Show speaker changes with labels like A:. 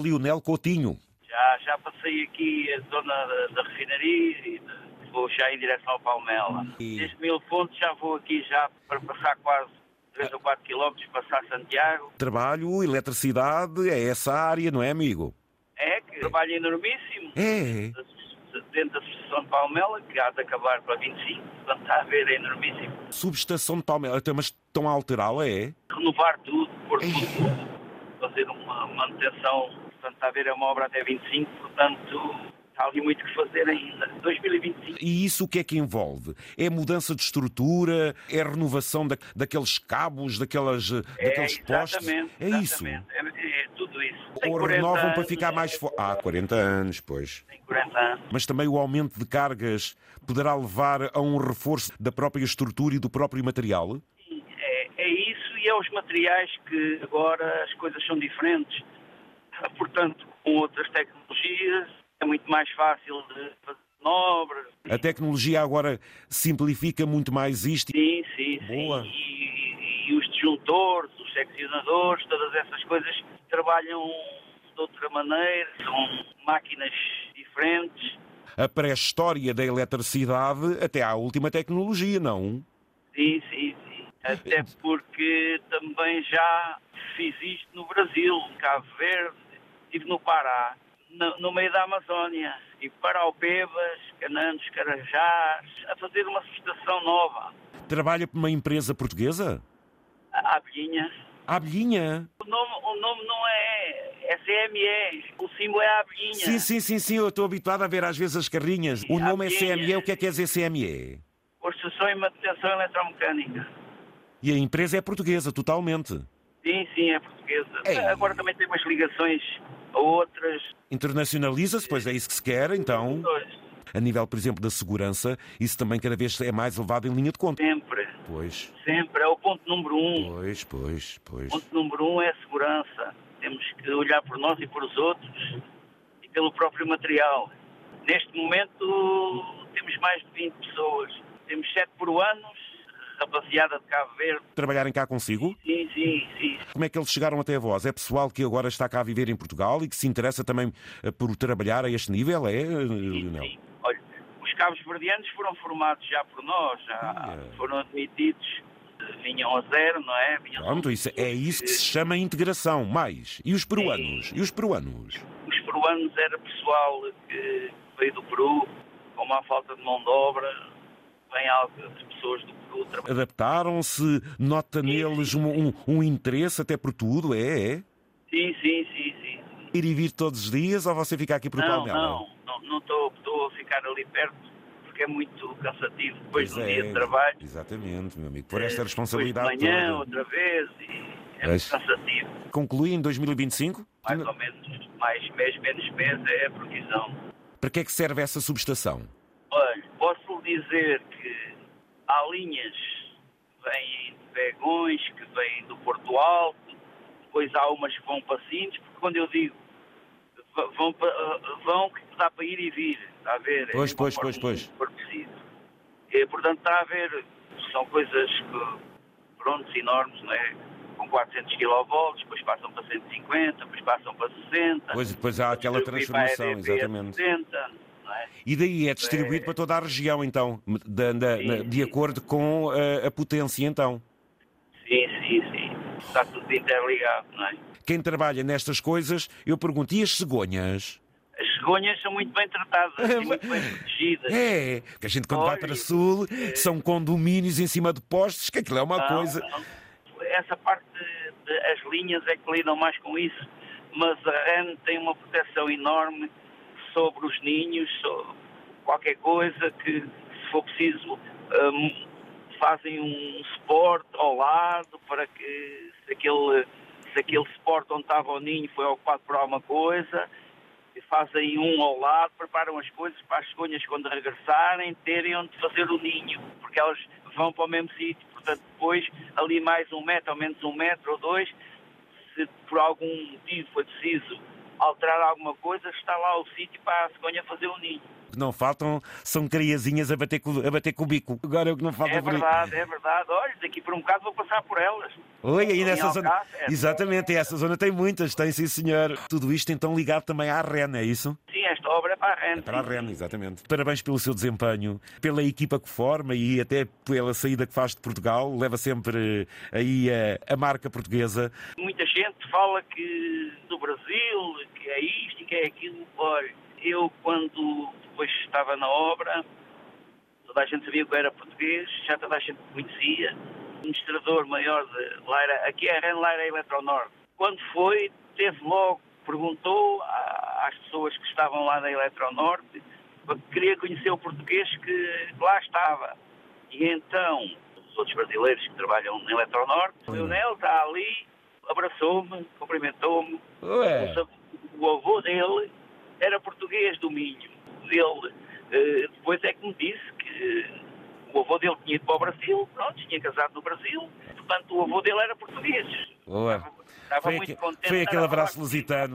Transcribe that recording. A: Lionel Coutinho.
B: Já, já passei aqui a zona da, da refinaria e de- vou já em direção ao Palmela.
A: E-
B: Desde Mil Pontes já vou aqui já para passar quase 3 ou 4 quilómetros, passar Santiago.
A: Trabalho, eletricidade, é essa área, não é, amigo?
B: É que trabalho enormíssimo.
A: É.
B: Dentro da Associação de Palmela, que há de acabar para 25, portanto está a ver, é enormíssimo.
A: Subestação de Palmeiras. Então, Mas estão a alterá-la, é?
B: Renovar tudo, pôr tudo, novo, fazer uma manutenção, portanto está a ver, é uma obra até 25, portanto há ali muito que fazer ainda. 2025.
A: E isso o que é que envolve? É mudança de estrutura? É renovação da, daqueles cabos, daquelas, eh, daqueles postes?
B: É, exatamente,
A: É isso?
B: exatamente. É, é tudo isso.
A: Ou renovam para
B: anos, é.
A: ficar mais forte? Ah, 40 anos, pois.
B: Tem 40 anos.
A: mas também o aumento de cargas poderá levar a um reforço da própria estrutura e do próprio material?
B: Sim, É, é isso e é os materiais que agora as coisas são diferentes. Portanto, com outras tecnologias é muito mais fácil de fazer manobras.
A: A tecnologia agora simplifica muito mais isto.
B: Sim, sim, sim.
A: Boa.
B: E, e os disjuntores, os seccionadores, todas essas coisas trabalham de outra maneira, são máquinas diferentes.
A: A pré-história da eletricidade até à última tecnologia, não?
B: Sim, sim, sim. Até porque também já fiz isto no Brasil, em Cabo Verde, estive no Pará, no, no meio da Amazónia, e para Alpebas, Cananos, Carajás, a fazer uma subestação nova.
A: Trabalha para uma empresa portuguesa?
B: A abelhinha.
A: A abelhinha?
B: O nome, o nome não é SME, o símbolo é a abelhinha.
A: Sim, sim, sim, sim, eu estou habituado a ver às vezes as carrinhas. O
B: A
A: nome é
B: abelhinha.
A: CME, o que é que é dizer CME?
B: Construção e manutenção eletromecânica.
A: E a empresa é portuguesa, totalmente.
B: Sim, sim, é portuguesa.
A: Ei.
B: Agora também tem umas ligações a outras.
A: Internacionaliza-se, pois é isso que se quer, então.
B: pessoas.
A: A nível, por exemplo, da segurança, isso também cada vez é mais levado em linha de conta.
B: Sempre,
A: Pois,
B: sempre. É o ponto número um.
A: pois, pois, pois.
B: Ponto número um é a segurança. Temos que olhar por nós e por os outros e pelo próprio material. Neste momento temos mais de 20 pessoas. Temos 7 peruanos, rapaziada de Cabo Verde.
A: Trabalharem cá consigo?
B: Sim, sim, sim.
A: Como é que eles chegaram até vós? É pessoal que agora está cá a viver em Portugal e que se interessa também eh, por trabalhar a este nível? É, eh,
B: sim,
A: Leonel?
B: sim. Olha, os cabos verdianos foram formados já por nós, já
A: Olha.
B: foram admitidos. Vinham a zero, não é? Vinham
A: Pronto, isso, é isso que se chama integração. Mais. E os peruanos? E os peruanos?
B: Os peruanos era pessoal que veio do Peru, com uma falta de mão de obra, vem algumas pessoas do Peru trabalhar.
A: Adaptaram-se? Nota neles um, um- um interesse até por tudo? É, é?
B: Sim, sim, sim, sim.
A: Ir e vir todos os dias ou você ficar aqui por
B: Não,
A: Palmela?
B: não, não, não estou estou a ficar ali perto porque é muito cansativo
A: Pois
B: depois do
A: é,
B: dia de trabalho.
A: Exatamente, meu amigo. Por esta
B: eh,
A: responsabilidade
B: Depois de manhã,
A: toda.
B: outra vez, e é
A: Pois.
B: muito cansativo.
A: Conclui em 2025?
B: Mais ou menos, mais mês, menos mês é a previsão.
A: Para que é que serve essa subestação?
B: Olha, posso lhe dizer que há linhas que vêm de Pegões, que vêm do Porto Alto, depois há umas que vão para Sintes, porque quando eu digo va- vão, pa- ah, vão que dá para ir e vir, está a ver?
A: Pois,
B: É,
A: pois,
B: conforme
A: pois, pois.
B: for preciso. É, portanto, está a ver, são coisas que, prontos, enormes, não é? Com 400 kV, depois passam para 150, depois passam para 60.
A: Pois depois há aquela
B: depois vai a
A: transformação,
B: DP a
A: exatamente.
B: 70, não é?
A: E daí é distribuído para toda a região, então, da- da-
B: Sim,
A: na- de
B: sim.
A: acordo com eh, a, potência, então.
B: Sim, sim, sim. Está tudo interligado, não é?
A: Quem trabalha nestas coisas, eu pergunto, e as cegonhas?
B: As cegonhas são muito bem tratadas e muito bem protegidas.
A: É, que a gente quando vai
B: Olha, É.
A: para Sul, são condomínios em cima de postes, que aquilo é uma
B: Não,
A: coisa...
B: não. então, Essa parte das linhas é que lidam mais com isso, mas a RAN tem uma proteção enorme sobre os ninhos, sobre qualquer coisa que, se for preciso, hum, fazem um suporte ao lado para que se aquele, se aquele suporte onde estava o ninho foi ocupado por alguma coisa, fazem um ao lado, preparam as coisas para as cegonhas quando regressarem terem onde fazer o ninho, porque elas vão para o mesmo sítio, portanto depois ali mais um metro, ou menos um metro ou dois, se por algum motivo foi preciso alterar alguma coisa, está lá o sítio para a cegonha fazer o ninho.
A: O que não faltam são criazinhas a bater, com, a bater com o bico. Agora é o que não falta
B: É
A: por aí.
B: verdade, é verdade. Olha, daqui por um bocado vou passar por elas.
A: Oi, aí
B: Em
A: nessa zona.
B: Alcácer, é.
A: Exatamente, e essa zona tem muitas, tem sim, senhor. Tudo isto então ligado também à REN, é isso?
B: Sim, esta obra é para a REN.
A: É para a REN, exatamente. Parabéns pelo seu desempenho, pela equipa que forma e até pela saída que faz de Portugal. Leva sempre eh, aí a, a marca portuguesa.
B: Muita gente fala que do Brasil, que é isto e que é aquilo. Olha, eu quando depois estava na obra, toda a gente sabia que eu era português, já toda a gente me conhecia. O administrador maior de Laira, aqui é a REN Laira Eletronorte. Quando foi, teve logo, perguntou a- às pessoas que estavam lá na Eletronorte, porque queria conhecer o português que lá estava. E então, os outros brasileiros que trabalham na Eletronorte, o Leonel está ali, abraçou-me, cumprimentou-me,
A: Ué.
B: o avô dele era português do Minho. Ele eh, depois é que me disse que eh, o avô dele tinha ido para o Brasil, pronto, tinha casado no Brasil, portanto o avô dele era português.
A: Ué.
B: Estava
A: Foi,
B: muito
A: aque-
B: contente.
A: foi
B: estava
A: aquele
B: a falar
A: abraço
B: comigo.
A: lusitano.